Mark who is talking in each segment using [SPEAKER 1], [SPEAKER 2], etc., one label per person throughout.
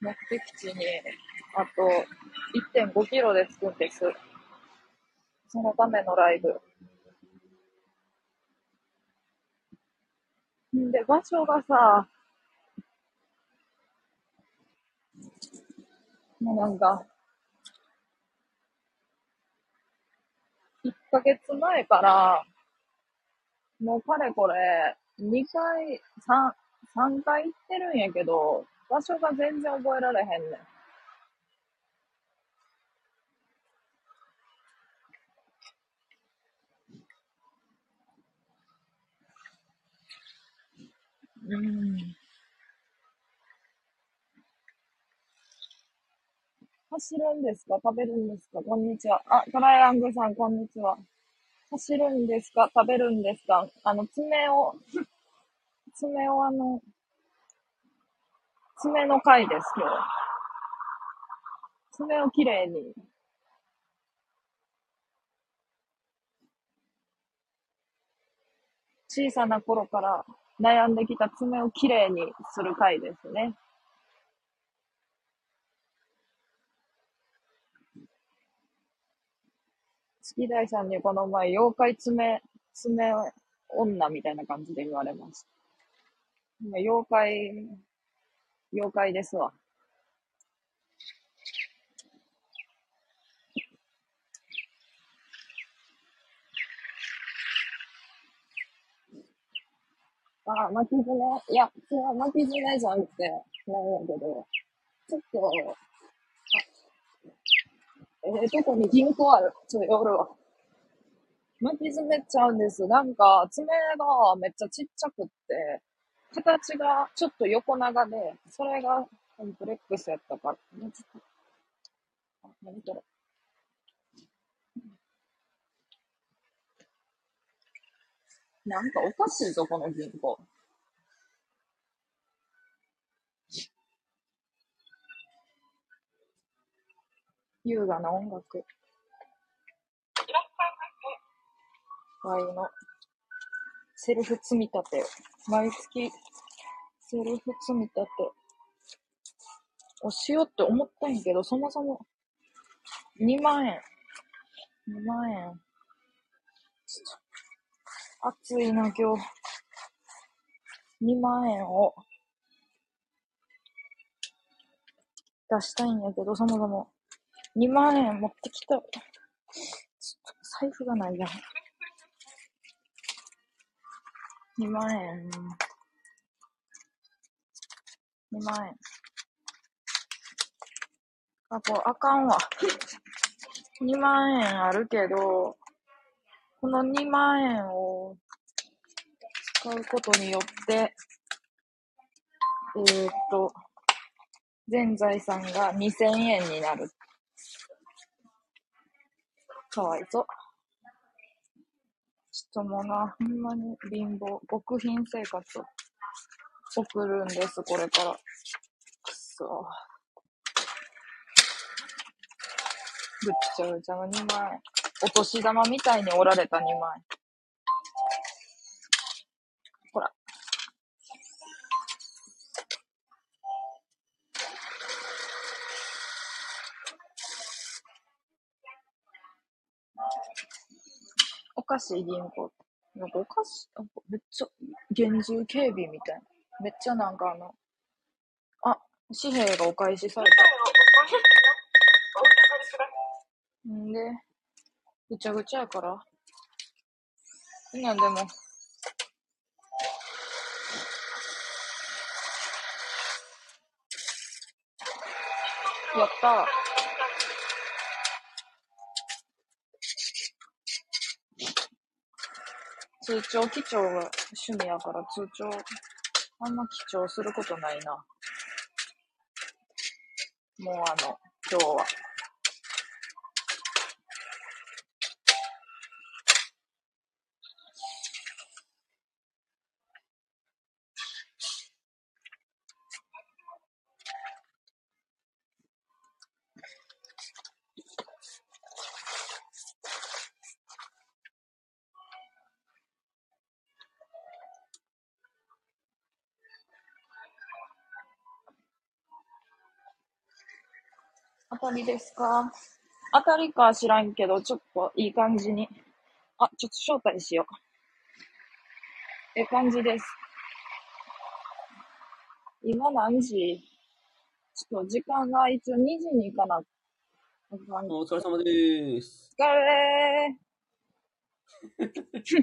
[SPEAKER 1] 目的地にあと1.5キロで着くんです。そのためのライブ。んで、場所がさ、もうなんか、1ヶ月前から、もうかれこれ、2回、3、3回行ってるんやけど、場所が全然覚えられへんねん。うん。走るんですか食べるんですかこんにちは。あ、トライアングルさん、こんにちは。走るんですか食べるんですかあの、爪を、爪をあの、爪の回です、今日。爪をきれいに。小さな頃から悩んできた爪をきれいにする回ですね。月大さんにこの前、妖怪爪、爪女みたいな感じで言われました。今妖怪、妖怪ですわ。あ、巻き爪いや、それは巻き爪じゃんって、なんやけど、ちょっと、ええとこに銀行ある。ちょ、夜は。巻き爪ちゃうんです。なんか、爪がめっちゃちっちゃくって、形がちょっと横長で、それがコンプレックスやったから。ねちょっとあ、何これ。なんかおかしいぞ、この銀行。優雅な音楽。ワイのセルフ積み立て。毎月セルフ積み立てをしようって思ったんやけど、そもそも2万円。2万円。ちょっと暑いな、今日。2万円を出したいんやけど、そもそも2万円持ってきた。ちょっと財布がないやん。2万円。2万円。あ、これあかんわ。2万円あるけど、この2万円を使うことによって、えー、っと、全財産が2000円になる。かわいそう。ちょっともうな、ほんまに貧乏、極貧生活を送るんです、これから。くそ。ぐっちゃぐちゃの2万円。お年玉みたいに折られた2万円。ほら。菓子銀行。なんかお菓子、なんかめっちゃ、厳重警備みたいな。めっちゃなんかあの、あ、紙幣がお返しされた。んで、ぐちゃぐちゃやから。そんなんでも、やったー。通帳記帳が趣味やから通帳、あんま記帳することないな。もうあの、今日は。当たりですか当たりか知らんけど、ちょっといい感じに。あ、ちょっと招待しよう。ええ感じです。今何時ちょっと時間が一応2時に行かな。あかんお
[SPEAKER 2] お疲れ様です。
[SPEAKER 1] 疲れー。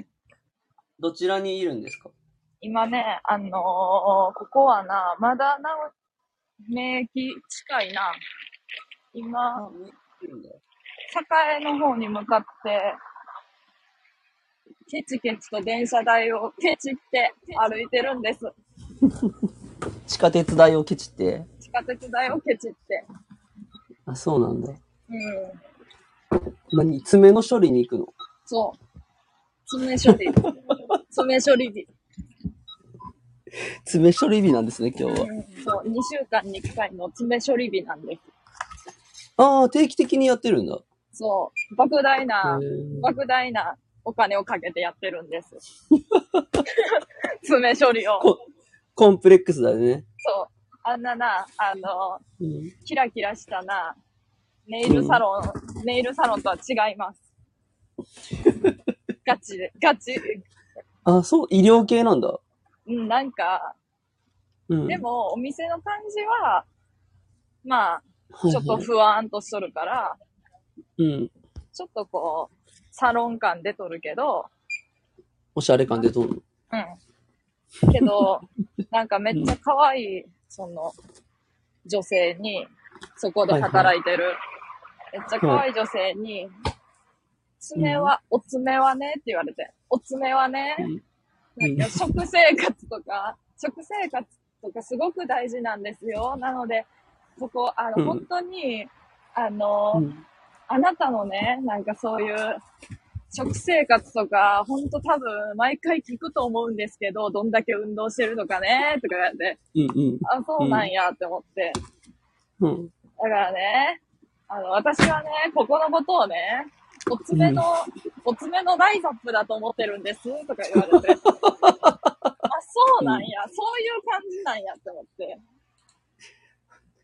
[SPEAKER 2] どちらにいるんですか
[SPEAKER 1] 今ね、あのーここはな、まだな、名駅近いな。今、
[SPEAKER 2] あ、見てるんだ。
[SPEAKER 1] 栄の方に向かって、ケチケチと電車台をケチって歩いてるんです。
[SPEAKER 2] 地下鉄代をケチって。
[SPEAKER 1] 地下鉄台をケチって。
[SPEAKER 2] あ、そうなんだ。
[SPEAKER 1] うん。
[SPEAKER 2] 何爪の処理に行くの
[SPEAKER 1] そう。爪処 理。爪処理日。
[SPEAKER 2] 爪処理日なんですね、今日は。
[SPEAKER 1] うん。そう。2週間に1回の爪処理日なんです。
[SPEAKER 2] ああ、定期的にやってるんだ。
[SPEAKER 1] そう。莫大
[SPEAKER 2] へ
[SPEAKER 1] な、
[SPEAKER 2] ー
[SPEAKER 1] 莫大なお金をかけてやってるん です。爪処理を。
[SPEAKER 2] ココンプレックスだね。
[SPEAKER 1] そう。あんなな、あの、
[SPEAKER 2] うん。
[SPEAKER 1] キラキラしたな、ネイ
[SPEAKER 2] う
[SPEAKER 1] ルサ
[SPEAKER 2] ん。
[SPEAKER 1] ロン、ネイルサロンとは違います。ガチで、ガチ。
[SPEAKER 2] あ、そう、医療系なんだ。
[SPEAKER 1] うん、なんか、
[SPEAKER 2] う
[SPEAKER 1] で
[SPEAKER 2] ん。
[SPEAKER 1] も、お店の感じは、まあ、
[SPEAKER 2] は
[SPEAKER 1] ちょ
[SPEAKER 2] い
[SPEAKER 1] っと
[SPEAKER 2] はい。
[SPEAKER 1] 不安としとるから、
[SPEAKER 2] うん。
[SPEAKER 1] ちょっとこう、サロン感出とるけど、
[SPEAKER 2] おしゃれ感でどうの
[SPEAKER 1] うん。けど、なんかめっ
[SPEAKER 2] う
[SPEAKER 1] ちゃ
[SPEAKER 2] ん。
[SPEAKER 1] 可愛い、その、女性に、そこで
[SPEAKER 2] はいはい。
[SPEAKER 1] 働いてる、めっちゃ可
[SPEAKER 2] は
[SPEAKER 1] 愛
[SPEAKER 2] い。
[SPEAKER 1] い女性に、
[SPEAKER 2] う
[SPEAKER 1] 爪
[SPEAKER 2] ん。
[SPEAKER 1] は、お爪はねって言われて、お爪は
[SPEAKER 2] う
[SPEAKER 1] ね、
[SPEAKER 2] ん。う
[SPEAKER 1] なん
[SPEAKER 2] ん。
[SPEAKER 1] か食生活とか、食生活とかすごく大事なんですよ。なので、そこ、あの、
[SPEAKER 2] う
[SPEAKER 1] 本
[SPEAKER 2] ん。
[SPEAKER 1] 当に、あ
[SPEAKER 2] う
[SPEAKER 1] の、
[SPEAKER 2] ん。
[SPEAKER 1] あなたのね、なんかそういう食生活とか、ほんと多分毎回聞くと思うんですけど、どんだけ運動してるとかね、とかやって、
[SPEAKER 2] うん。うん。
[SPEAKER 1] あ、そううなん
[SPEAKER 2] ん。
[SPEAKER 1] やって思って。
[SPEAKER 2] うん
[SPEAKER 1] だからね、あの、私はね、ここのことをね、お
[SPEAKER 2] う
[SPEAKER 1] 爪
[SPEAKER 2] ん。
[SPEAKER 1] の、お爪のライザップだと思ってるんです、とか言われ て。あ、そう
[SPEAKER 2] う
[SPEAKER 1] なん
[SPEAKER 2] ん。
[SPEAKER 1] や、そういう感じなんやって思って。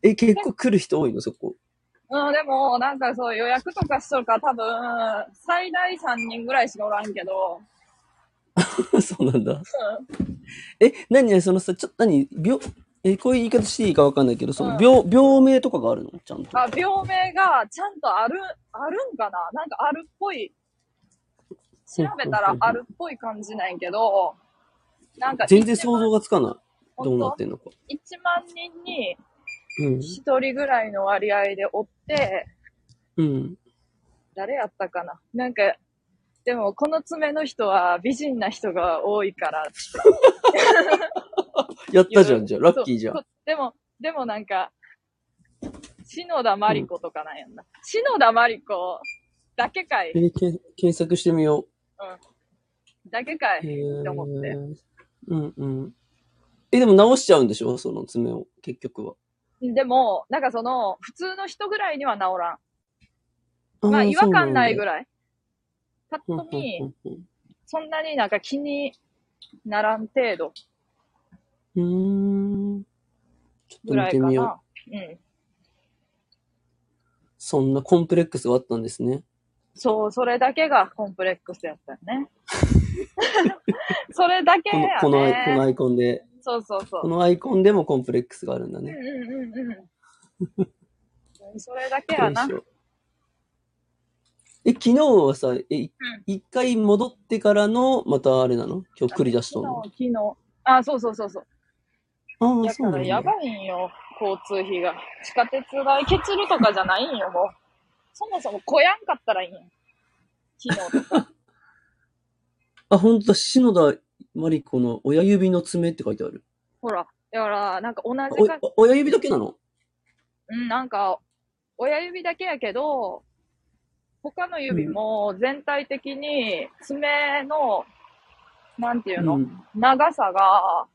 [SPEAKER 2] え、結
[SPEAKER 1] で
[SPEAKER 2] 構来る人多いの、そこ。
[SPEAKER 1] うん、でも、なんかそう予約とかしとるから多分、最大3人ぐらいしかおらんけど、
[SPEAKER 2] そうなんだ。
[SPEAKER 1] うん
[SPEAKER 2] え、何々そのさ、ちょっと何、病、え、こういう言い方していいかわかんないけど、その
[SPEAKER 1] うん。
[SPEAKER 2] 病、病名とかがあるのちゃんと。
[SPEAKER 1] あ、病名がちゃんとある、あるんかななんかあるっぽい。調
[SPEAKER 2] ふん
[SPEAKER 1] べ
[SPEAKER 2] ふん
[SPEAKER 1] た
[SPEAKER 2] ふ
[SPEAKER 1] ら
[SPEAKER 2] んふ
[SPEAKER 1] あ
[SPEAKER 2] ん
[SPEAKER 1] るっぽい感じなんやけど、なんか
[SPEAKER 2] 全
[SPEAKER 1] 1
[SPEAKER 2] 然想
[SPEAKER 1] 万、
[SPEAKER 2] 像がつかない。
[SPEAKER 1] ほ
[SPEAKER 2] ど
[SPEAKER 1] ん
[SPEAKER 2] うなっ
[SPEAKER 1] と
[SPEAKER 2] てんのか。
[SPEAKER 1] ?1 万人に
[SPEAKER 2] うん。
[SPEAKER 1] 1人ぐらいの割合でおって、
[SPEAKER 2] うん。
[SPEAKER 1] 誰やったかななんか、でもこの爪の人は美人な人が多いから
[SPEAKER 2] やっ
[SPEAKER 1] い
[SPEAKER 2] たじゃ
[SPEAKER 1] う、
[SPEAKER 2] ん、じゃあ。ラッ
[SPEAKER 1] そう、
[SPEAKER 2] キーじゃん。
[SPEAKER 1] こでも、でもなんか、篠田麻
[SPEAKER 2] う
[SPEAKER 1] 里
[SPEAKER 2] ん。
[SPEAKER 1] 子とかなんやんな。篠田麻里子だけかい。
[SPEAKER 2] えーけん検索してみよ
[SPEAKER 1] うん。だけか
[SPEAKER 2] う。へ
[SPEAKER 1] いって思って。
[SPEAKER 2] ーうんうん。え、でも直しちゃうんでしょその爪を、結局は。
[SPEAKER 1] でも、なんかその、普通の人ぐらいには治らん。まあ、
[SPEAKER 2] ああ、
[SPEAKER 1] 違和
[SPEAKER 2] そうな
[SPEAKER 1] 感
[SPEAKER 2] ん
[SPEAKER 1] な
[SPEAKER 2] だ。
[SPEAKER 1] いぐらい。ぱっ
[SPEAKER 2] ふん
[SPEAKER 1] と
[SPEAKER 2] ふんふ
[SPEAKER 1] 見、
[SPEAKER 2] んふん。
[SPEAKER 1] そんなになんか気にならん程度
[SPEAKER 2] うーん。ちょっ
[SPEAKER 1] ぐ
[SPEAKER 2] と見
[SPEAKER 1] らい
[SPEAKER 2] て
[SPEAKER 1] か
[SPEAKER 2] みよう。
[SPEAKER 1] な。うん。
[SPEAKER 2] そんなコンプレックスがあったんですね。
[SPEAKER 1] そう、それだけがコンプレックスやったよね。 それだけ
[SPEAKER 2] この
[SPEAKER 1] や
[SPEAKER 2] このアイこ
[SPEAKER 1] ね。
[SPEAKER 2] のアイコンで、
[SPEAKER 1] そうそうそう
[SPEAKER 2] こ。のアイコンでもコンプレックスがあるんだ
[SPEAKER 1] う
[SPEAKER 2] ね。
[SPEAKER 1] んうんうんうん。それだけ
[SPEAKER 2] ど
[SPEAKER 1] や
[SPEAKER 2] う
[SPEAKER 1] な
[SPEAKER 2] し。ようえ、昨日はさ、え、い一回戻ってからの、またあれなの今日繰り出しとんの
[SPEAKER 1] 昨日、昨日。あ、そうそうそうそう。
[SPEAKER 2] ああ、
[SPEAKER 1] だ
[SPEAKER 2] そ
[SPEAKER 1] か
[SPEAKER 2] うな
[SPEAKER 1] ら
[SPEAKER 2] ん
[SPEAKER 1] や
[SPEAKER 2] だ
[SPEAKER 1] ば。いんよ、交通費が。地下鉄代ケチるとかじゃないんよ、もう。そもそも来やんかったらいいんよ。昨 日とか。
[SPEAKER 2] あ、ほんとだ、篠田真理子の親指の爪って書いてある。
[SPEAKER 1] ほら。だから、なんか同
[SPEAKER 2] あ
[SPEAKER 1] じか、
[SPEAKER 2] お親指だけなの
[SPEAKER 1] うん、なんか、親指だけやけど、他の指も全体的に爪の、なんていうの、
[SPEAKER 2] ん。
[SPEAKER 1] 長さが、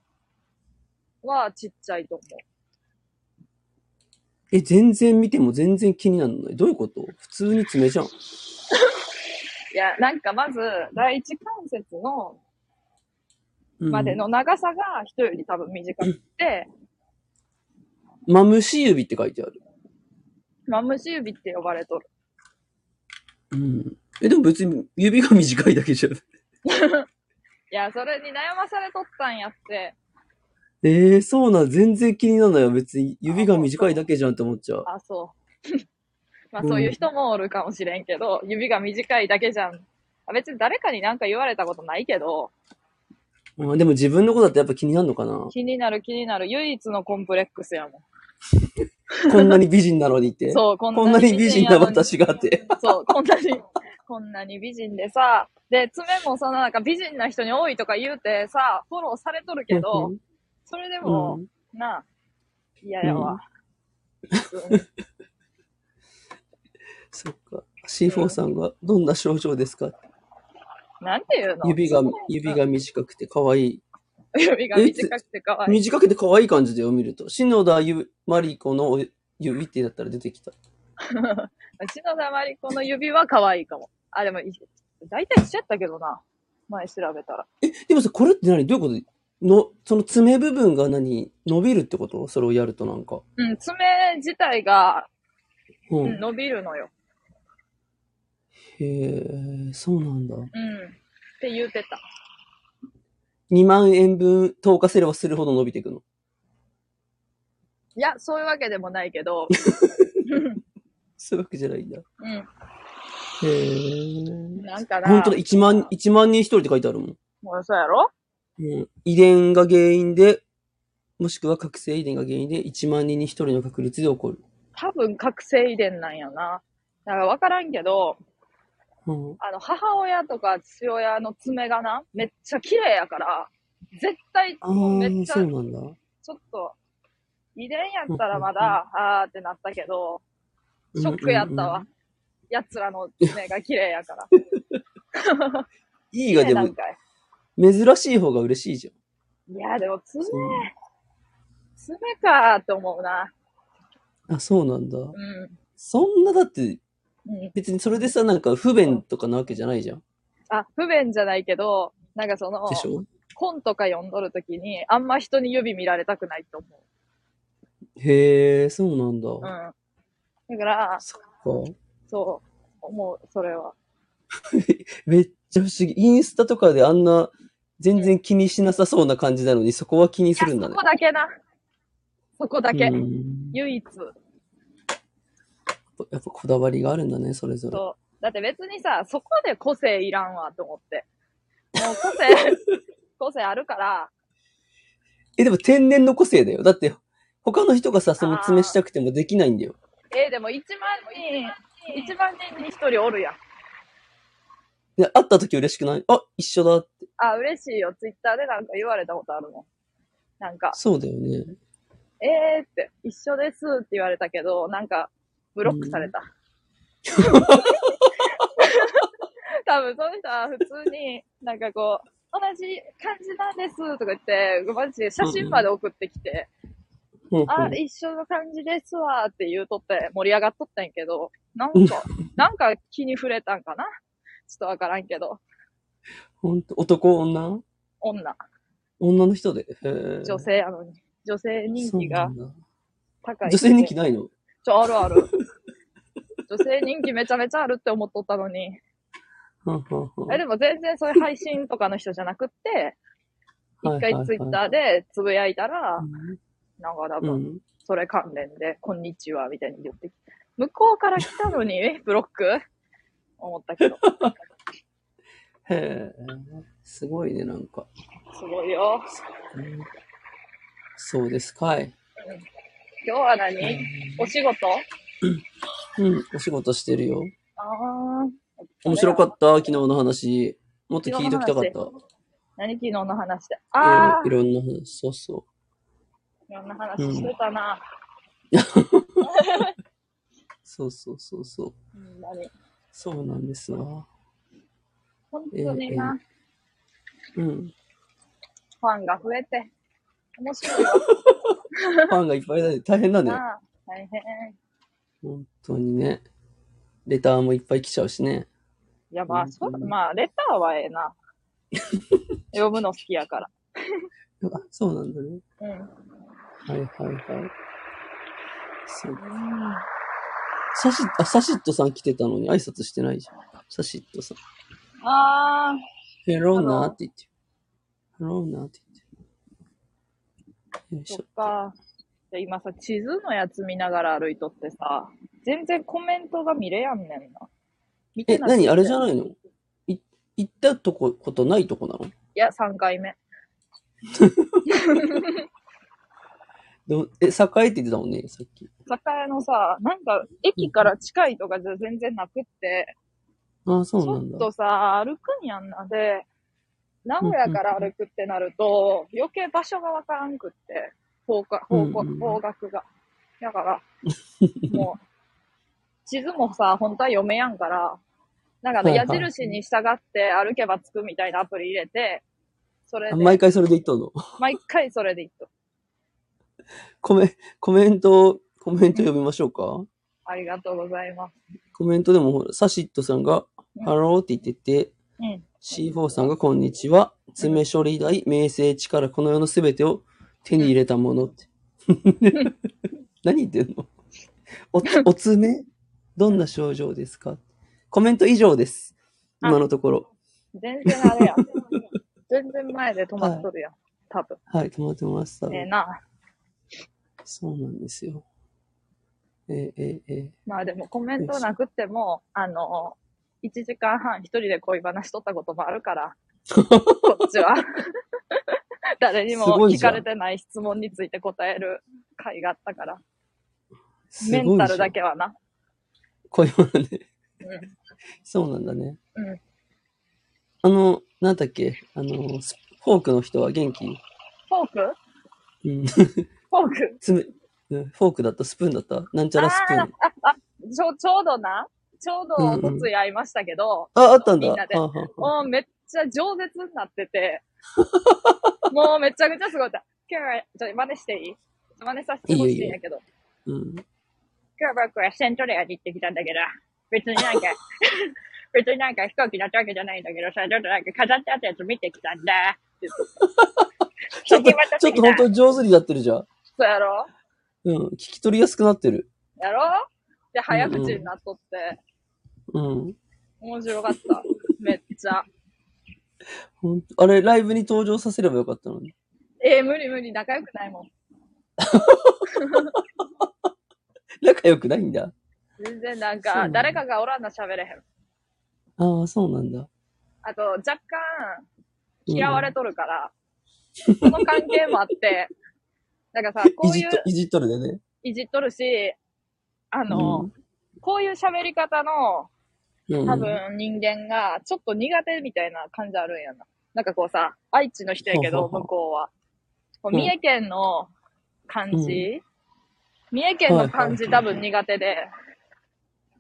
[SPEAKER 1] はちっちゃいと思う。
[SPEAKER 2] え、全然見ても全然気にならない。どういうこと普通に爪じゃん。
[SPEAKER 1] いや、なんかまず、第一関節の
[SPEAKER 2] うん
[SPEAKER 1] までの長さが人より多分短くて、
[SPEAKER 2] マムシ指って書いてある。
[SPEAKER 1] マムシ指って呼ばれとる。
[SPEAKER 2] うん。え、でも別に指が短いだけじゃん。
[SPEAKER 1] いや、それに悩まされとったんやって。
[SPEAKER 2] ええー、そうなん、全然気にならないよ。別に指が短いだけじゃんって思っちゃう。
[SPEAKER 1] あ、そう。 まあ
[SPEAKER 2] うん
[SPEAKER 1] そういう人もおるかもしれんけど、指が短いだけじゃん。あ別に誰かになんか言われたことないけど、
[SPEAKER 2] うん、でも自分のことだってやっぱ気になるのかな
[SPEAKER 1] 気になる気になる唯一のコンプレックスやも
[SPEAKER 2] こんなに美人なのにっ
[SPEAKER 1] ん。
[SPEAKER 2] て。
[SPEAKER 1] そう、こ
[SPEAKER 2] こんなに美人な
[SPEAKER 1] やのに
[SPEAKER 2] 私があって。
[SPEAKER 1] そう、こんなに、こんなに美人でさ、で、爪もそのなんか美人な人に多いとか言うてさ、フォローされとるけど、それで
[SPEAKER 2] う
[SPEAKER 1] も、
[SPEAKER 2] ん、
[SPEAKER 1] なあ、嫌やわ。
[SPEAKER 2] そっか。C4 さんがどんな症状ですか
[SPEAKER 1] なんていうの
[SPEAKER 2] 指が、指が短くて可愛い。
[SPEAKER 1] 指が短くて可愛い。
[SPEAKER 2] 短くて可愛い感じでよ、見ると。篠田ゆまり子のお指ってだったら出てきた。
[SPEAKER 1] 篠田まりこの指は可愛いかも。あ、でも、い大体一緒やったけどな。前調べたら。
[SPEAKER 2] え、でもさ、これって何どういうことの、その爪部分が何伸びるってことそれをやるとなんか。
[SPEAKER 1] うん、爪自体が、
[SPEAKER 2] う
[SPEAKER 1] うん
[SPEAKER 2] ん。
[SPEAKER 1] 伸びるのよ。
[SPEAKER 2] へえ、そうなんだ。
[SPEAKER 1] うん。って言うてた。
[SPEAKER 2] 2万円分投下すればするほど伸びていくの。
[SPEAKER 1] いや、そういうわけでもないけ ど。
[SPEAKER 2] そういうわけじゃないんだ。
[SPEAKER 1] う
[SPEAKER 2] へえ
[SPEAKER 1] ん。。なんかな。
[SPEAKER 2] 本当だ、1万、1万人一人って書いてあるもん。
[SPEAKER 1] もうそうやろ
[SPEAKER 2] うん、遺伝が原因で、もしくは覚醒遺伝が原因で1万人に1人の確率で起こる。
[SPEAKER 1] 多分覚醒遺伝なんやな。だから分からんけど、
[SPEAKER 2] うん、
[SPEAKER 1] あの、母親とか父親の爪がな、めっちゃ綺麗やから、絶対、
[SPEAKER 2] ああ
[SPEAKER 1] もうめっ
[SPEAKER 2] ー、
[SPEAKER 1] ちゃ、
[SPEAKER 2] そう
[SPEAKER 1] ち
[SPEAKER 2] なんだ。
[SPEAKER 1] ょっと、遺伝やったらまだ、あーってなったけど、ショックやった
[SPEAKER 2] うんうんう
[SPEAKER 1] わ
[SPEAKER 2] ん。。
[SPEAKER 1] 奴らの爪が綺麗やから。
[SPEAKER 2] いいがで
[SPEAKER 1] な
[SPEAKER 2] も
[SPEAKER 1] ん、かい
[SPEAKER 2] 珍しい方が嬉しいじゃん。
[SPEAKER 1] いや、でも爪、
[SPEAKER 2] そう
[SPEAKER 1] 爪かーって思うな。
[SPEAKER 2] あ、そうなんだ。
[SPEAKER 1] うん。
[SPEAKER 2] そんなだって、
[SPEAKER 1] うん。
[SPEAKER 2] 別にそれでさ、なんか不便とかなわけじゃないじゃん。
[SPEAKER 1] あ、不便じゃないけど、なんかその
[SPEAKER 2] で、しょ
[SPEAKER 1] 本とか読んどるときに、あんま人に指見られたくないと思
[SPEAKER 2] へえ、そうなん
[SPEAKER 1] う。う
[SPEAKER 2] だ。
[SPEAKER 1] ん。だから、
[SPEAKER 2] そっか。
[SPEAKER 1] そう、思う、それは。
[SPEAKER 2] めっちゃ不思議。インスタとかであんな、全然気にしなさそうな感じなのに、そこは気にするんだ
[SPEAKER 1] そ
[SPEAKER 2] ね
[SPEAKER 1] こ。だけな。そこだけ。
[SPEAKER 2] うん
[SPEAKER 1] 唯一。
[SPEAKER 2] やっぱこだわりがあるんだね、それぞれ。
[SPEAKER 1] そう。だって別にさ、そこで個性いらんわ、と思って。もう個性、個性あるから、
[SPEAKER 2] え、でも天然の個性だよ。だって、他の人がさ、その爪したくてもできないんだよ。
[SPEAKER 1] えーでも1万人、1万人に1人おるやん。
[SPEAKER 2] で、会った時嬉しくないあ、一緒だ。
[SPEAKER 1] あ、嬉しいよ。ツイッターでなんか言われたことあるもん。なんか、
[SPEAKER 2] そうだよね。
[SPEAKER 1] えーって、一緒ですって言われたけど、なんか、ブロックされた。多分その人は普通に、なんかこう、同じ感じなんですとか言って、マジで写真まで送ってきて、
[SPEAKER 2] うんうん
[SPEAKER 1] あ、一緒の感じですわーって言うとって盛り上がっとったんやけど、なん か、なんか気に触れたんかなちょっとわからんけど、
[SPEAKER 2] ほんと、男、女
[SPEAKER 1] 女、
[SPEAKER 2] 女の人で。へー
[SPEAKER 1] 女性やのに、女性人気が
[SPEAKER 2] そうなんだ
[SPEAKER 1] 高い。
[SPEAKER 2] 女性人気ないの
[SPEAKER 1] ちょ、あるある。女性人気めちゃめちゃあるって思っとったのに。
[SPEAKER 2] はんはんはん
[SPEAKER 1] えでも全然そういう配信とかの人じゃなくって、一回ツイッターでつぶやいたら、なんか多
[SPEAKER 2] うんう
[SPEAKER 1] 分、
[SPEAKER 2] ん。
[SPEAKER 1] それ関連で、こんにちは、みたいに言ってきて。向こうから来たのに、えブロック思ったけど。
[SPEAKER 2] へえ、すごいね、なんか。
[SPEAKER 1] すごいよ。
[SPEAKER 2] うんそうですかい。
[SPEAKER 1] 今日は何お仕事
[SPEAKER 2] うん、お仕事してるよ。
[SPEAKER 1] ああ。
[SPEAKER 2] 面白かった、昨日の話。もっと聞いときたかっ
[SPEAKER 1] 昨日
[SPEAKER 2] た。
[SPEAKER 1] 何昨日の話で。ああ
[SPEAKER 2] い。ろいろんな話、そうそ
[SPEAKER 1] いろんな話してたな。
[SPEAKER 2] う。そうそうそうそう。
[SPEAKER 1] ほんまに。
[SPEAKER 2] そうなんですわ。
[SPEAKER 1] 本当にな、
[SPEAKER 2] うん。
[SPEAKER 1] ファンが増えて。面白いわ
[SPEAKER 2] ファンがいっぱいだね。大変だね。
[SPEAKER 1] な。大変。
[SPEAKER 2] 本当にね。レターもいっぱい来ちゃうしね。
[SPEAKER 1] いや、まあ、そう、
[SPEAKER 2] うん
[SPEAKER 1] まあ、レターはええ な。読むの好きやから。
[SPEAKER 2] あ、そうなんだね。
[SPEAKER 1] うん。
[SPEAKER 2] はいはいはい。そうサシッ、あ、サシットさん来てたのに挨拶してないじゃん。サシットさん。
[SPEAKER 1] ああ、
[SPEAKER 2] ヘロー
[SPEAKER 1] あ
[SPEAKER 2] ナー
[SPEAKER 1] の
[SPEAKER 2] って言ってる。ヘローナーって言ってる。よいし
[SPEAKER 1] そ
[SPEAKER 2] ょ
[SPEAKER 1] っ。か。で今さ、地図のやつ見ながら歩いとってさ、全然コメントが見れやんねんな。見
[SPEAKER 2] え、
[SPEAKER 1] てない。
[SPEAKER 2] 何あれじゃ
[SPEAKER 1] い
[SPEAKER 2] ないのい行ったとこ、ことないとこなの
[SPEAKER 1] いや、3回目。
[SPEAKER 2] でもえ、栄えて言ってたもんね、さっき。
[SPEAKER 1] 酒屋のさ、なんか、駅から近いとかじゃ全然なくって、
[SPEAKER 2] ああ、そ
[SPEAKER 1] ち
[SPEAKER 2] うな
[SPEAKER 1] ょ
[SPEAKER 2] ん
[SPEAKER 1] っ
[SPEAKER 2] だ。
[SPEAKER 1] とさ、歩くんやんな。で、名古屋から歩くってなると、余計場所がわからんくって、方向、方向、
[SPEAKER 2] うんうん
[SPEAKER 1] 方角が。だ から、もう、地図もさ、本当は読めやんから、なんかあの
[SPEAKER 2] はいは
[SPEAKER 1] 矢
[SPEAKER 2] い
[SPEAKER 1] 印に従って歩けば着くみたいなアプリ入れて、それ
[SPEAKER 2] あ
[SPEAKER 1] で、
[SPEAKER 2] 毎回それで言っとんの。
[SPEAKER 1] 毎回それで行く。
[SPEAKER 2] コメ、コメント、コメント読みましょうか。
[SPEAKER 1] ありがとうございます。
[SPEAKER 2] コメントでもほら、サシットさんが、
[SPEAKER 1] うん
[SPEAKER 2] ハローって言ってて、
[SPEAKER 1] うん。
[SPEAKER 2] C4 さんが、こんにちは。爪処理台、名声、力、この世のすべてを手に入れたもの って。何言ってんのお、お爪どんな症状ですかコメント以上です。今のところ。
[SPEAKER 1] 全然あ れや。全然前で止まっとるやん。多分。
[SPEAKER 2] はい、止まってます。多分
[SPEAKER 1] ええな。
[SPEAKER 2] そうなんですよ。えーえーえ
[SPEAKER 1] まあでもコメントなくっても、あの、1時間半一人で恋話しとったこともある から、こっちは。 誰にも
[SPEAKER 2] すごい
[SPEAKER 1] 聞
[SPEAKER 2] じゃ
[SPEAKER 1] か
[SPEAKER 2] ん
[SPEAKER 1] れてない質問について答える回があったから、
[SPEAKER 2] ー、
[SPEAKER 1] メンタルだ
[SPEAKER 2] け。
[SPEAKER 1] けはな。
[SPEAKER 2] こういうものね。
[SPEAKER 1] うん
[SPEAKER 2] そうなんだね。
[SPEAKER 1] うん
[SPEAKER 2] あの、なんだっけ、あの、スフォークの人は元気、
[SPEAKER 1] フォーク
[SPEAKER 2] うん、
[SPEAKER 1] フォーク
[SPEAKER 2] 爪うんフォークだった、スプーンだった、なんちゃらスプーン。
[SPEAKER 1] ああ、あ、ちょ、ちょうどな、ちょうどおとつい会いましたけど、
[SPEAKER 2] あ、あったん
[SPEAKER 1] み
[SPEAKER 2] だ。は
[SPEAKER 1] んなで
[SPEAKER 2] あはあはあ
[SPEAKER 1] もうめっちゃ饒舌になって て、もうめちゃめちゃすごいった。今日は、ちょっと真似していい真似させてほしいんやけど。
[SPEAKER 2] うん、
[SPEAKER 1] 今日僕はセントレアに行ってきたんだけど、別に なんか、別になんか飛行機乗ったわけじゃないんだけどさ、ちょっとなんか飾ってあったやつ見てきたんだ。
[SPEAKER 2] ちょっと
[SPEAKER 1] 聞き渡、
[SPEAKER 2] ちょ
[SPEAKER 1] て
[SPEAKER 2] っ
[SPEAKER 1] き
[SPEAKER 2] と
[SPEAKER 1] た
[SPEAKER 2] 本当に上手になってるじゃん。
[SPEAKER 1] そうやろ
[SPEAKER 2] うん、聞き取りやすくなってる。
[SPEAKER 1] やろで、早口になっとって、
[SPEAKER 2] うん。
[SPEAKER 1] 面白かった。めっちゃ。
[SPEAKER 2] ほんとあれ、ライブに登場させればよかったのに。
[SPEAKER 1] えー、無理無理、仲良くないもん。
[SPEAKER 2] 仲良くないんだ。
[SPEAKER 1] 全然なん
[SPEAKER 2] そうな
[SPEAKER 1] か、
[SPEAKER 2] の
[SPEAKER 1] 誰かがおらんな喋れへん。
[SPEAKER 2] ああ、そうなんだ。
[SPEAKER 1] あと、若干、嫌われとるから、その関係もあって、 なんかさ、こ
[SPEAKER 2] いうじ
[SPEAKER 1] い
[SPEAKER 2] っ
[SPEAKER 1] う
[SPEAKER 2] と、いじっとるでね。
[SPEAKER 1] いじっとるし、あ
[SPEAKER 2] あ
[SPEAKER 1] の、こういう喋り方の、
[SPEAKER 2] うん、
[SPEAKER 1] 多分人間が、ちょっと苦手みたいな感じあるんやな。なんかこうさ、愛知の人やけ
[SPEAKER 2] ほ
[SPEAKER 1] ど、
[SPEAKER 2] うほうほう
[SPEAKER 1] 向こうは。こう
[SPEAKER 2] うん
[SPEAKER 1] 三重県の感
[SPEAKER 2] うん
[SPEAKER 1] じ、三重県の感じ
[SPEAKER 2] はいは
[SPEAKER 1] 多
[SPEAKER 2] いはい
[SPEAKER 1] 分苦手で、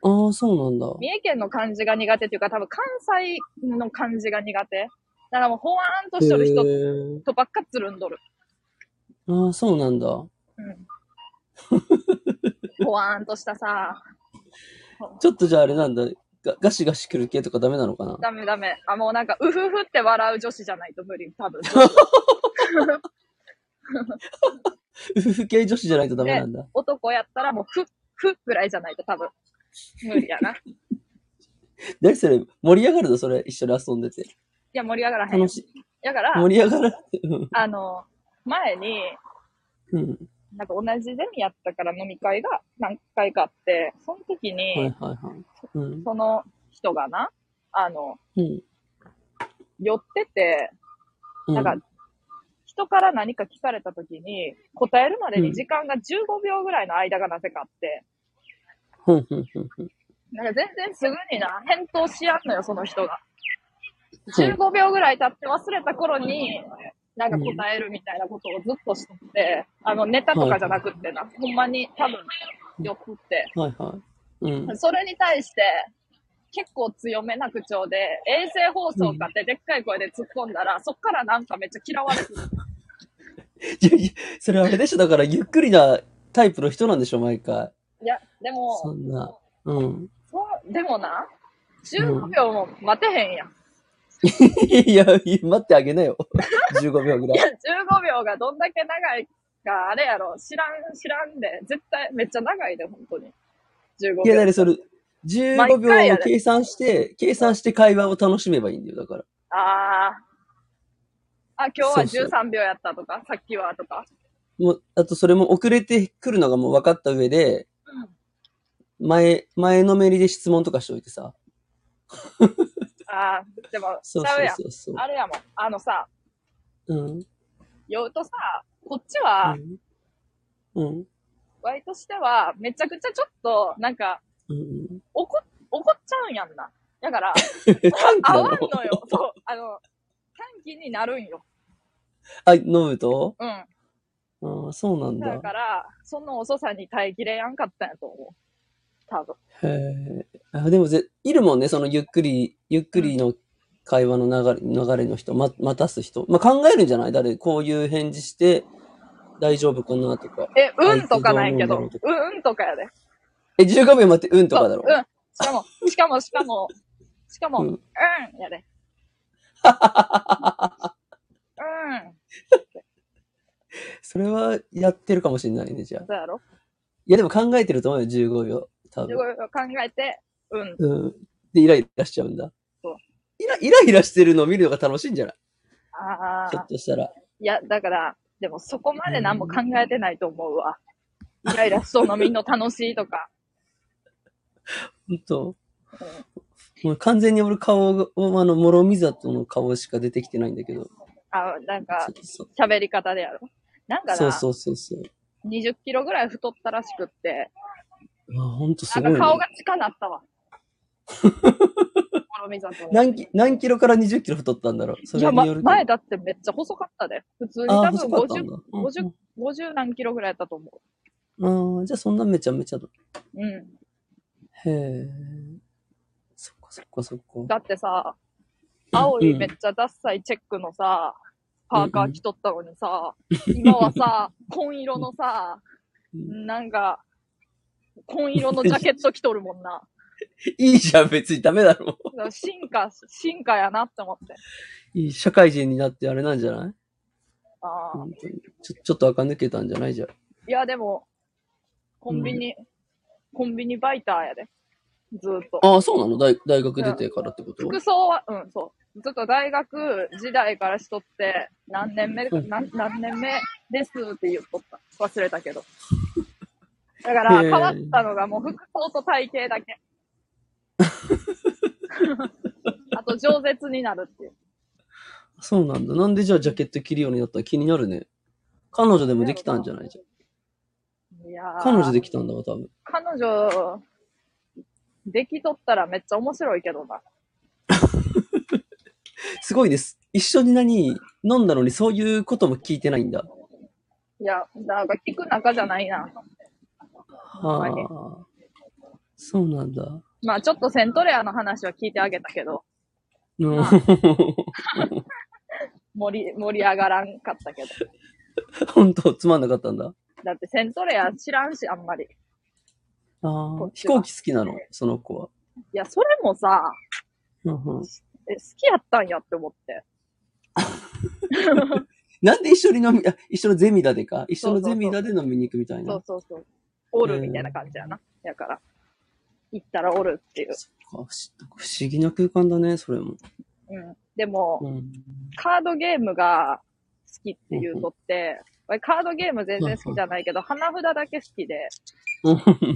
[SPEAKER 2] ああ、そうなんだ。
[SPEAKER 1] 三重県の感じが苦手っていうか、多分関西の感じが苦手。だからもう、ほわーんとしとる人
[SPEAKER 2] へ
[SPEAKER 1] とばっかつるんどる。
[SPEAKER 2] ーああ、そうなんだ。
[SPEAKER 1] うん。ほわーんとしたさ、
[SPEAKER 2] ちょっとじゃああれなんだ。ガガシガシ来る系とかダメなのかな
[SPEAKER 1] ダメダメ。あ、もうなんか、うふふって笑う女子じゃないと無理、多分。
[SPEAKER 2] 夫婦系女子じゃないとダメなんだ。
[SPEAKER 1] 男やったらもう、ふ、ふぐらいじゃないと多分。無理だな。い
[SPEAKER 2] 何それ盛り上がるのそれ一緒に遊んでて。
[SPEAKER 1] や、盛り上がらへん
[SPEAKER 2] 楽。しい。
[SPEAKER 1] だから、
[SPEAKER 2] 盛り上がらない。うん
[SPEAKER 1] あの、前に、
[SPEAKER 2] うん。
[SPEAKER 1] なんか同じゼミやったから飲み会が何回かあって、その時に、
[SPEAKER 2] はいはいはい。うん。
[SPEAKER 1] その人がな、あの、
[SPEAKER 2] うん。
[SPEAKER 1] 寄ってて、
[SPEAKER 2] うん
[SPEAKER 1] なんか、人から何か聞かれた時に、答えるまでに時間が15秒ぐらいの間がなぜかあって、
[SPEAKER 2] ふんふんふんふん。
[SPEAKER 1] なんか全然すぐにな、返答しやんのよ、その人が。
[SPEAKER 2] うん
[SPEAKER 1] 15秒ぐらい経って忘れた頃に、なんか答えるみたいなことをずっとしてて、あの、ネタとかじゃなくってな、ほんまに多分、よくって。
[SPEAKER 2] はいはい。うん。
[SPEAKER 1] それに対して、結構強めな口調で、衛星放送かってでっかい声で突っ込んだら、そっからなんかめっちゃ嫌われてる。
[SPEAKER 2] いやいやそれあれでしょだからゆっくりなタイプの人なんでしょ毎回。
[SPEAKER 1] いや、でも、
[SPEAKER 2] そんな。うん。
[SPEAKER 1] そう、でもな、15秒も待てへんやん。
[SPEAKER 2] いや、待ってあげなよ。15秒ぐら
[SPEAKER 1] いや、
[SPEAKER 2] い。
[SPEAKER 1] 15秒がどんだけ長いか、あれやろ、知らん、知らんで、絶対、めっちゃ長いで、本当に。15
[SPEAKER 2] いや、だ
[SPEAKER 1] 秒。
[SPEAKER 2] からそれ、15
[SPEAKER 1] 毎回
[SPEAKER 2] 秒
[SPEAKER 1] や
[SPEAKER 2] を
[SPEAKER 1] で
[SPEAKER 2] 計算して、計算して会話を楽しめばいいんだよ、だから。
[SPEAKER 1] あー。あ、今日
[SPEAKER 2] そう
[SPEAKER 1] は13秒やったとか、さっきはとか。
[SPEAKER 2] もう、あとそれも遅れてくるのがもう分かった上で、前、前のめりで質問とかしておいてさ。
[SPEAKER 1] あー、でも、ち
[SPEAKER 2] そう
[SPEAKER 1] ゃうやん。
[SPEAKER 2] そうそうそう。
[SPEAKER 1] あれやもん。あのさ、
[SPEAKER 2] うん。
[SPEAKER 1] 酔うとさ、こっちは、
[SPEAKER 2] うん。うん。
[SPEAKER 1] ワイとしては、めちゃくちゃちょっと、なんか、
[SPEAKER 2] うん。
[SPEAKER 1] 怒っ、怒っちゃうんやんな。だ から、
[SPEAKER 2] 短期
[SPEAKER 1] 合
[SPEAKER 2] な
[SPEAKER 1] わん
[SPEAKER 2] の
[SPEAKER 1] のよ。そう、あの、短期になるんよ。
[SPEAKER 2] あ、飲むと
[SPEAKER 1] うん。
[SPEAKER 2] ああ、そうなん
[SPEAKER 1] だ
[SPEAKER 2] だ。
[SPEAKER 1] から、その遅さに耐えきれやんかったんやと思う。多分。
[SPEAKER 2] へえ。あでもぜ、いるもんね、そのゆっくり、ゆっくりの会話の流れ、流れの人、ま、待たす人。まあ、考えるんじゃない誰、こういう返事して、大丈夫かなとか。
[SPEAKER 1] え、うんとかないけど、
[SPEAKER 2] あ
[SPEAKER 1] う
[SPEAKER 2] い
[SPEAKER 1] ん
[SPEAKER 2] つど
[SPEAKER 1] うんとかやで。
[SPEAKER 2] え、15秒待って、うんとかだろ
[SPEAKER 1] そううん。しかも、しか も、しかも、しかも、
[SPEAKER 2] う
[SPEAKER 1] うんん、やで。うん。
[SPEAKER 2] それはやってるかもしれないね、じゃあ。
[SPEAKER 1] そうやろ
[SPEAKER 2] いや、でも考えてると思うよ、15秒。多
[SPEAKER 1] で
[SPEAKER 2] 分
[SPEAKER 1] こ。れを考えて、うん。
[SPEAKER 2] うん。で、イライラしちゃうんだ
[SPEAKER 1] そう。
[SPEAKER 2] イラ、イライラしてるのを見るのが楽しいんじゃない
[SPEAKER 1] あ
[SPEAKER 2] ひょ
[SPEAKER 1] あ
[SPEAKER 2] っ。としたら。
[SPEAKER 1] いや、だから、でもそこまで何も考えてないと思うわ。イライラしそうのみんな楽しいとか。
[SPEAKER 2] ほんと
[SPEAKER 1] うん。
[SPEAKER 2] もう完全に俺顔が、あの、諸見里の顔しか出てきてないんだけど。
[SPEAKER 1] あ、なんか、
[SPEAKER 2] そう
[SPEAKER 1] 喋り方でやろ。なんかな、
[SPEAKER 2] そうそうそうそう。
[SPEAKER 1] 20キロぐらい太ったらしくって、
[SPEAKER 2] あ、ほんとす
[SPEAKER 1] な
[SPEAKER 2] ごい、
[SPEAKER 1] ん
[SPEAKER 2] ね
[SPEAKER 1] か。顔が近なった わ。諸見里
[SPEAKER 2] 何キ何キロから20キロ太ったんだろうそ
[SPEAKER 1] い
[SPEAKER 2] れ
[SPEAKER 1] や、
[SPEAKER 2] に
[SPEAKER 1] ま
[SPEAKER 2] よる、と。
[SPEAKER 1] 前だってめっちゃ細かったで。普通に
[SPEAKER 2] あ
[SPEAKER 1] 多
[SPEAKER 2] あ、細
[SPEAKER 1] 分
[SPEAKER 2] かったん
[SPEAKER 1] 50、
[SPEAKER 2] だ。
[SPEAKER 1] 50、50何キロぐらいだったと思
[SPEAKER 2] うん、ああ、じゃあそんなめちゃめちゃだ。
[SPEAKER 1] う。うん。
[SPEAKER 2] へえ。そっかそっかそっか。
[SPEAKER 1] だってさ、青いめっちゃダッサいチェックのさ、パーカー着とったのにさ、今は さ、紺色のさ、
[SPEAKER 2] うん
[SPEAKER 1] なんか、紺色のジャケット着とるもん な。
[SPEAKER 2] いいじゃん、別にダメだろ。
[SPEAKER 1] だから進化、進化やなって思って。
[SPEAKER 2] いい社会人になってあれなんじゃない
[SPEAKER 1] ああ。
[SPEAKER 2] 本当にちょちょっと垢抜けたんじゃないじゃん。
[SPEAKER 1] いや、でも、コンビニ、コンビニバイターやで。ずーっと。
[SPEAKER 2] ああ、そうなの大大学出てからってこと
[SPEAKER 1] 服装は、うん、そう。ずっと大学時代からしとって、何年目、
[SPEAKER 2] うん
[SPEAKER 1] なん何年目ですって言っとった。忘れた けど。だか
[SPEAKER 2] へ
[SPEAKER 1] ら、
[SPEAKER 2] ー
[SPEAKER 1] 変わったのがもう服装と体型だけ。 あと、饒舌になるっていう。
[SPEAKER 2] そうなんだ。なんでじゃあジャケット着るようになったら気になるね。彼女でもできたんじゃないじ
[SPEAKER 1] いや
[SPEAKER 2] ゃ
[SPEAKER 1] ー
[SPEAKER 2] ん。彼女できたんだわ、多分。
[SPEAKER 1] 彼女、できとったらめっちゃ面白いけどな。
[SPEAKER 2] すごいです。一緒に何飲んだのにそういうことも聞いてないんだ。
[SPEAKER 1] いや、なんか聞く仲じゃないな。
[SPEAKER 2] は
[SPEAKER 1] ほんまに
[SPEAKER 2] あ。そうなんだ。
[SPEAKER 1] まあちょっとセントレアの話は聞いてあげたけど、
[SPEAKER 2] うん、
[SPEAKER 1] 盛り、盛り上がらんかったけど。
[SPEAKER 2] 本当つまんなかったんだ。
[SPEAKER 1] だってセントレア知らんし、あんまり。い
[SPEAKER 2] あー
[SPEAKER 1] っ
[SPEAKER 2] 飛
[SPEAKER 1] ちは
[SPEAKER 2] 行機好きなの、その子は。
[SPEAKER 1] や、それもさ、
[SPEAKER 2] うんうん
[SPEAKER 1] え、好きやったんやって思って。
[SPEAKER 2] なんで一緒に飲み、 あ一緒のゼミだでか一緒の
[SPEAKER 1] そうそうそう
[SPEAKER 2] ゼミだで飲みに行くみたいな。
[SPEAKER 1] そうそうそう。おるみたいな感じやな。やから。行ったらおるっていう。
[SPEAKER 2] あ不思不思議な空間だね、それも。
[SPEAKER 1] うん。でも、
[SPEAKER 2] うん。
[SPEAKER 1] カードゲームが好きっていうとって、俺カードゲーム全然好きじゃないけど、花札だけ好きで、花札、ジ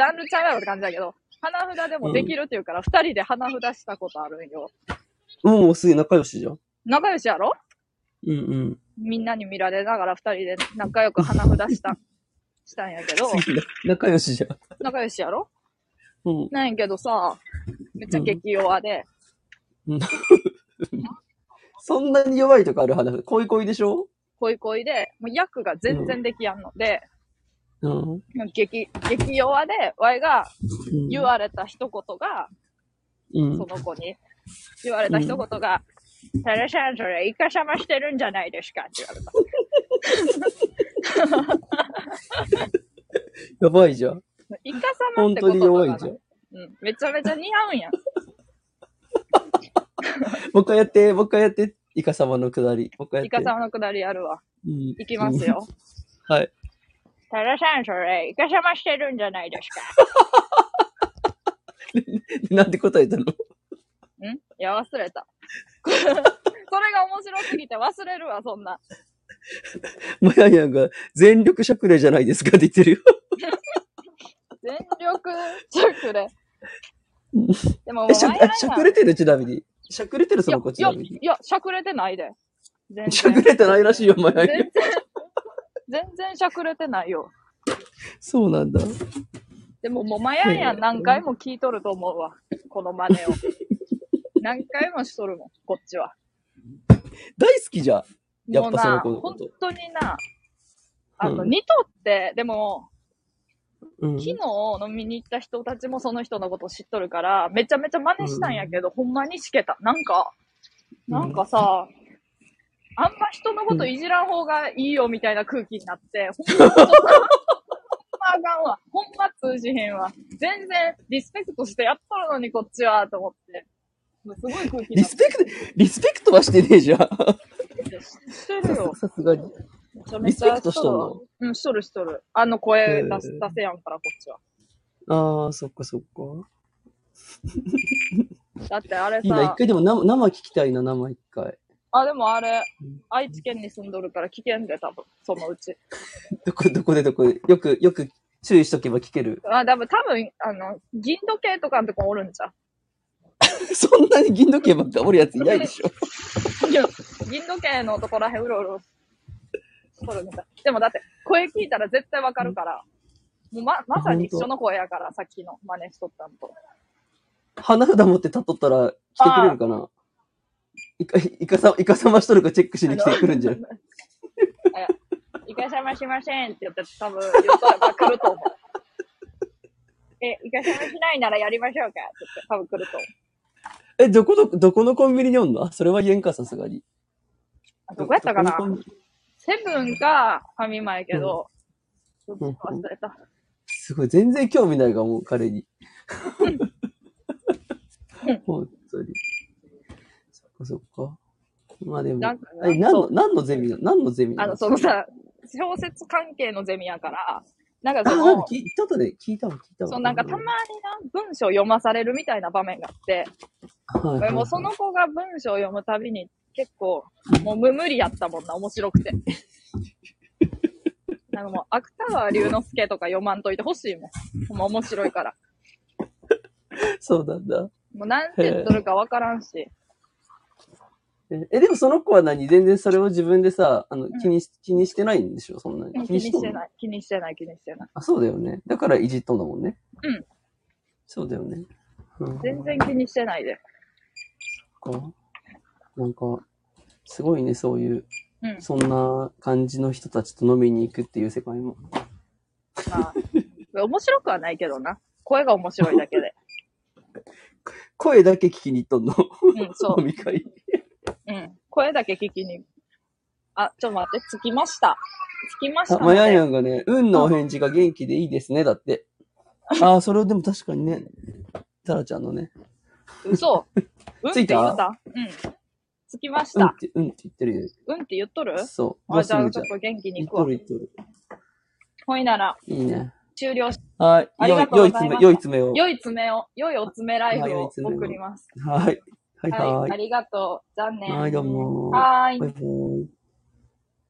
[SPEAKER 1] ャンルちゃうやろって感じだけど、花札でもできるっていうから、二人で花札したことあるんよ。
[SPEAKER 2] もうすぐ仲良しじゃん。
[SPEAKER 1] 仲良しやろ
[SPEAKER 2] うんうん。
[SPEAKER 1] みんなに見られながら二人で仲良く花札 した、したんやけど、
[SPEAKER 2] すぐ 仲良しじゃん。
[SPEAKER 1] 仲良しやろ
[SPEAKER 2] うん。
[SPEAKER 1] なんやけどさ、めっちゃ激弱で、
[SPEAKER 2] そんなに弱いとかある話。恋恋でしょ
[SPEAKER 1] 恋恋で、もう役が全然できやんので、
[SPEAKER 2] うん。うん
[SPEAKER 1] 激、激弱で、ワイが言われた一言が、
[SPEAKER 2] うん
[SPEAKER 1] その子に言われた一言が、タラシャンそれイカサマしてるんじゃないですかって言われた。
[SPEAKER 2] やばいじゃん。
[SPEAKER 1] イカサマっ
[SPEAKER 2] 本
[SPEAKER 1] て
[SPEAKER 2] 当
[SPEAKER 1] 言
[SPEAKER 2] に
[SPEAKER 1] 葉
[SPEAKER 2] 弱
[SPEAKER 1] が
[SPEAKER 2] い
[SPEAKER 1] な
[SPEAKER 2] じゃん。
[SPEAKER 1] うん、めちゃめちゃ似合うんやん。
[SPEAKER 2] もう一回やって、もう一回やって。イカ様のくだり。もう一回やって。
[SPEAKER 1] イカサマのくだりやるわ。
[SPEAKER 2] うん
[SPEAKER 1] いきます。よ。
[SPEAKER 2] うんはい。
[SPEAKER 1] タラシャンそれイカサマしてるんじゃないですか。
[SPEAKER 2] なんて答えたの
[SPEAKER 1] んいや、忘れた。それが面白すぎて忘れるわ、そんな。
[SPEAKER 2] マヤヤンが全力しゃくれじゃないですかって言ってるよ。
[SPEAKER 1] 全力 しゃくれ
[SPEAKER 2] うん。
[SPEAKER 1] でも、もう
[SPEAKER 2] え、しゃ
[SPEAKER 1] ワイヤー
[SPEAKER 2] あしゃくれてるちなみに。しゃくれてるその子
[SPEAKER 1] い
[SPEAKER 2] ち
[SPEAKER 1] や
[SPEAKER 2] ない
[SPEAKER 1] や
[SPEAKER 2] みに。
[SPEAKER 1] いや、しゃくれてないで。全然
[SPEAKER 2] しゃくれてないらしいよ、マヤ
[SPEAKER 1] 全
[SPEAKER 2] ヤ
[SPEAKER 1] 然、
[SPEAKER 2] ン。
[SPEAKER 1] 全然しゃくれてないよ。
[SPEAKER 2] そうなんだ。
[SPEAKER 1] でも、もうマヤンやん何回も聞いとると思うわ。この真似を。何回もしとるもん、こっちは。
[SPEAKER 2] 大好きじゃん。や
[SPEAKER 1] も
[SPEAKER 2] っ
[SPEAKER 1] う
[SPEAKER 2] ぱその
[SPEAKER 1] な、
[SPEAKER 2] 子のこ
[SPEAKER 1] 本
[SPEAKER 2] と
[SPEAKER 1] 当にな、あの、
[SPEAKER 2] うん
[SPEAKER 1] ニトって、でも、
[SPEAKER 2] うん。
[SPEAKER 1] 昨日飲みに行った人たちもその人のこと知っとるから、めちゃめちゃ真似したんやけど、ほんまにしけた。なんか、なんかさ、あんま人のこといじらん方がいいよみたいな空気になって、ほんま、ほんまあかん わ。ほんま通じへんわ。全然リスペクトしてやっとるのにこっちは、と思って。もうすごい空気に
[SPEAKER 2] リ
[SPEAKER 1] なっ
[SPEAKER 2] スペクト、リスペクトはしてねえじゃん。
[SPEAKER 1] て。してるよ。
[SPEAKER 2] さすがに。
[SPEAKER 1] めちゃめちゃ
[SPEAKER 2] リスペクトしとんの
[SPEAKER 1] るうん、しとるしとる。あの声出す
[SPEAKER 2] へえ
[SPEAKER 1] 出せやんから、こっちは。
[SPEAKER 2] ああ、そっかそっか。
[SPEAKER 1] だってあれ
[SPEAKER 2] いいな、一
[SPEAKER 1] さ、
[SPEAKER 2] 回でも生生聞きたいな、生一回。
[SPEAKER 1] あ、でもあれ
[SPEAKER 2] うん、
[SPEAKER 1] 愛知県に住んどるから危険で、多分、そのうち。
[SPEAKER 2] どこ、どこでどこで。よく、よく注意しとけば聞ける。
[SPEAKER 1] あ、多分、多分、あの、銀時計とかのとこおるんじゃ
[SPEAKER 2] そんなに銀時計ばっかおるやついないでしょ。
[SPEAKER 1] ん。いや銀時計のとこらへんうろうろしとるみたい。でもだって、声聞いたら絶対わかるから、もうま、まさに一緒の声やから、さっきの真似しとったのと。
[SPEAKER 2] 花札持って立っとったら来てくれるかなイカ、イカさ、イカさましとるかチェックしに来てくるんじ ゃん。
[SPEAKER 1] あいかしゃましませんって言って、多分、言ったら来ると思う。 え、いかしゃましないならやりましょうかって言って、多分来ると思う。
[SPEAKER 2] え、どこの、どこのコンビニにおんのあそれは言えんか、さすがに。
[SPEAKER 1] あ、どこやったかな
[SPEAKER 2] どこのコンビニ
[SPEAKER 1] セブンかファミマやけど、ちょっ
[SPEAKER 2] う
[SPEAKER 1] と
[SPEAKER 2] ん
[SPEAKER 1] 忘れた。
[SPEAKER 2] すごい、全然興味ないが、もう彼に
[SPEAKER 1] うん。
[SPEAKER 2] 本当に。そっかそっか。まあでも
[SPEAKER 1] なんか、
[SPEAKER 2] え、何の、何のゼミなの何のゼミな
[SPEAKER 1] あの、そのさ、小説関係のゼミやから、なんか
[SPEAKER 2] あ、
[SPEAKER 1] そ
[SPEAKER 2] なん
[SPEAKER 1] の
[SPEAKER 2] か、聞いたとね、聞いたわ、聞いたわ。
[SPEAKER 1] そうなんかたまにな文章読まされるみたいな場面があって、
[SPEAKER 2] はい
[SPEAKER 1] 俺もうその子が文章を読むたびに結構、もう無無理やったもんな、面白 くて。なんかもう、芥川龍之介とか読まんといてほしいもん。ほんま面白いから。
[SPEAKER 2] そうなんだ。
[SPEAKER 1] もう何て言っとるかわからんし。
[SPEAKER 2] ええ、でもその子は何全然それを自分でさ、あの、
[SPEAKER 1] ん
[SPEAKER 2] 気にし、気にしてないんでしょそんな
[SPEAKER 1] うん
[SPEAKER 2] に。
[SPEAKER 1] 気にして
[SPEAKER 2] い。
[SPEAKER 1] ない、気にしてない、気にしてない。
[SPEAKER 2] あ、そうだよね。だからいじっとんだもんね。
[SPEAKER 1] うん。
[SPEAKER 2] そうだよね。うん
[SPEAKER 1] 全然気にしてないで。
[SPEAKER 2] か。なんか、すごいね、そういう、
[SPEAKER 1] うん。
[SPEAKER 2] そんな感じの人たちと飲みに行くっていう世界も。
[SPEAKER 1] まあ、面白くはないけどな。声が面白いだけ で。
[SPEAKER 2] 声だけ聞きに行っとんの。
[SPEAKER 1] うん、そう。
[SPEAKER 2] 飲み会。
[SPEAKER 1] うん。声だけ聞きに。あ、ちょっと待って、着きました。着きました
[SPEAKER 2] あ、
[SPEAKER 1] ので。
[SPEAKER 2] マヤヤンがね、運のお返事が元気でいいですね、だって。ああ、それをでも確かにね、タラちゃんのね、
[SPEAKER 1] 嘘。うんっ
[SPEAKER 2] 着
[SPEAKER 1] て
[SPEAKER 2] い
[SPEAKER 1] 言
[SPEAKER 2] た
[SPEAKER 1] ったうん。着きまし。
[SPEAKER 2] うんったて、うんって言ってる
[SPEAKER 1] うんって言っとる
[SPEAKER 2] よ。そう。も
[SPEAKER 1] あ、
[SPEAKER 2] う
[SPEAKER 1] じ
[SPEAKER 2] す
[SPEAKER 1] ゃ
[SPEAKER 2] ぐ
[SPEAKER 1] あち
[SPEAKER 2] じ
[SPEAKER 1] ょ
[SPEAKER 2] ゃ
[SPEAKER 1] っ
[SPEAKER 2] ん。
[SPEAKER 1] と元気に
[SPEAKER 2] 言っ
[SPEAKER 1] 行くわ
[SPEAKER 2] と。る言っとる。
[SPEAKER 1] ほいなら、
[SPEAKER 2] いいね。
[SPEAKER 1] 終了し
[SPEAKER 2] はい。
[SPEAKER 1] あり
[SPEAKER 2] よ
[SPEAKER 1] が
[SPEAKER 2] い
[SPEAKER 1] とう
[SPEAKER 2] 良
[SPEAKER 1] ご
[SPEAKER 2] い
[SPEAKER 1] ざい
[SPEAKER 2] 爪
[SPEAKER 1] ま、した
[SPEAKER 2] 良い爪を。
[SPEAKER 1] 良い爪を、良いお爪ライフ
[SPEAKER 2] はい良
[SPEAKER 1] を
[SPEAKER 2] い爪を
[SPEAKER 1] 送ります。
[SPEAKER 2] はい。はい
[SPEAKER 1] はい、
[SPEAKER 2] は
[SPEAKER 1] ありがとう。じゃあね。
[SPEAKER 2] い。はい、どうも。
[SPEAKER 1] はーい
[SPEAKER 2] バイ。バイ。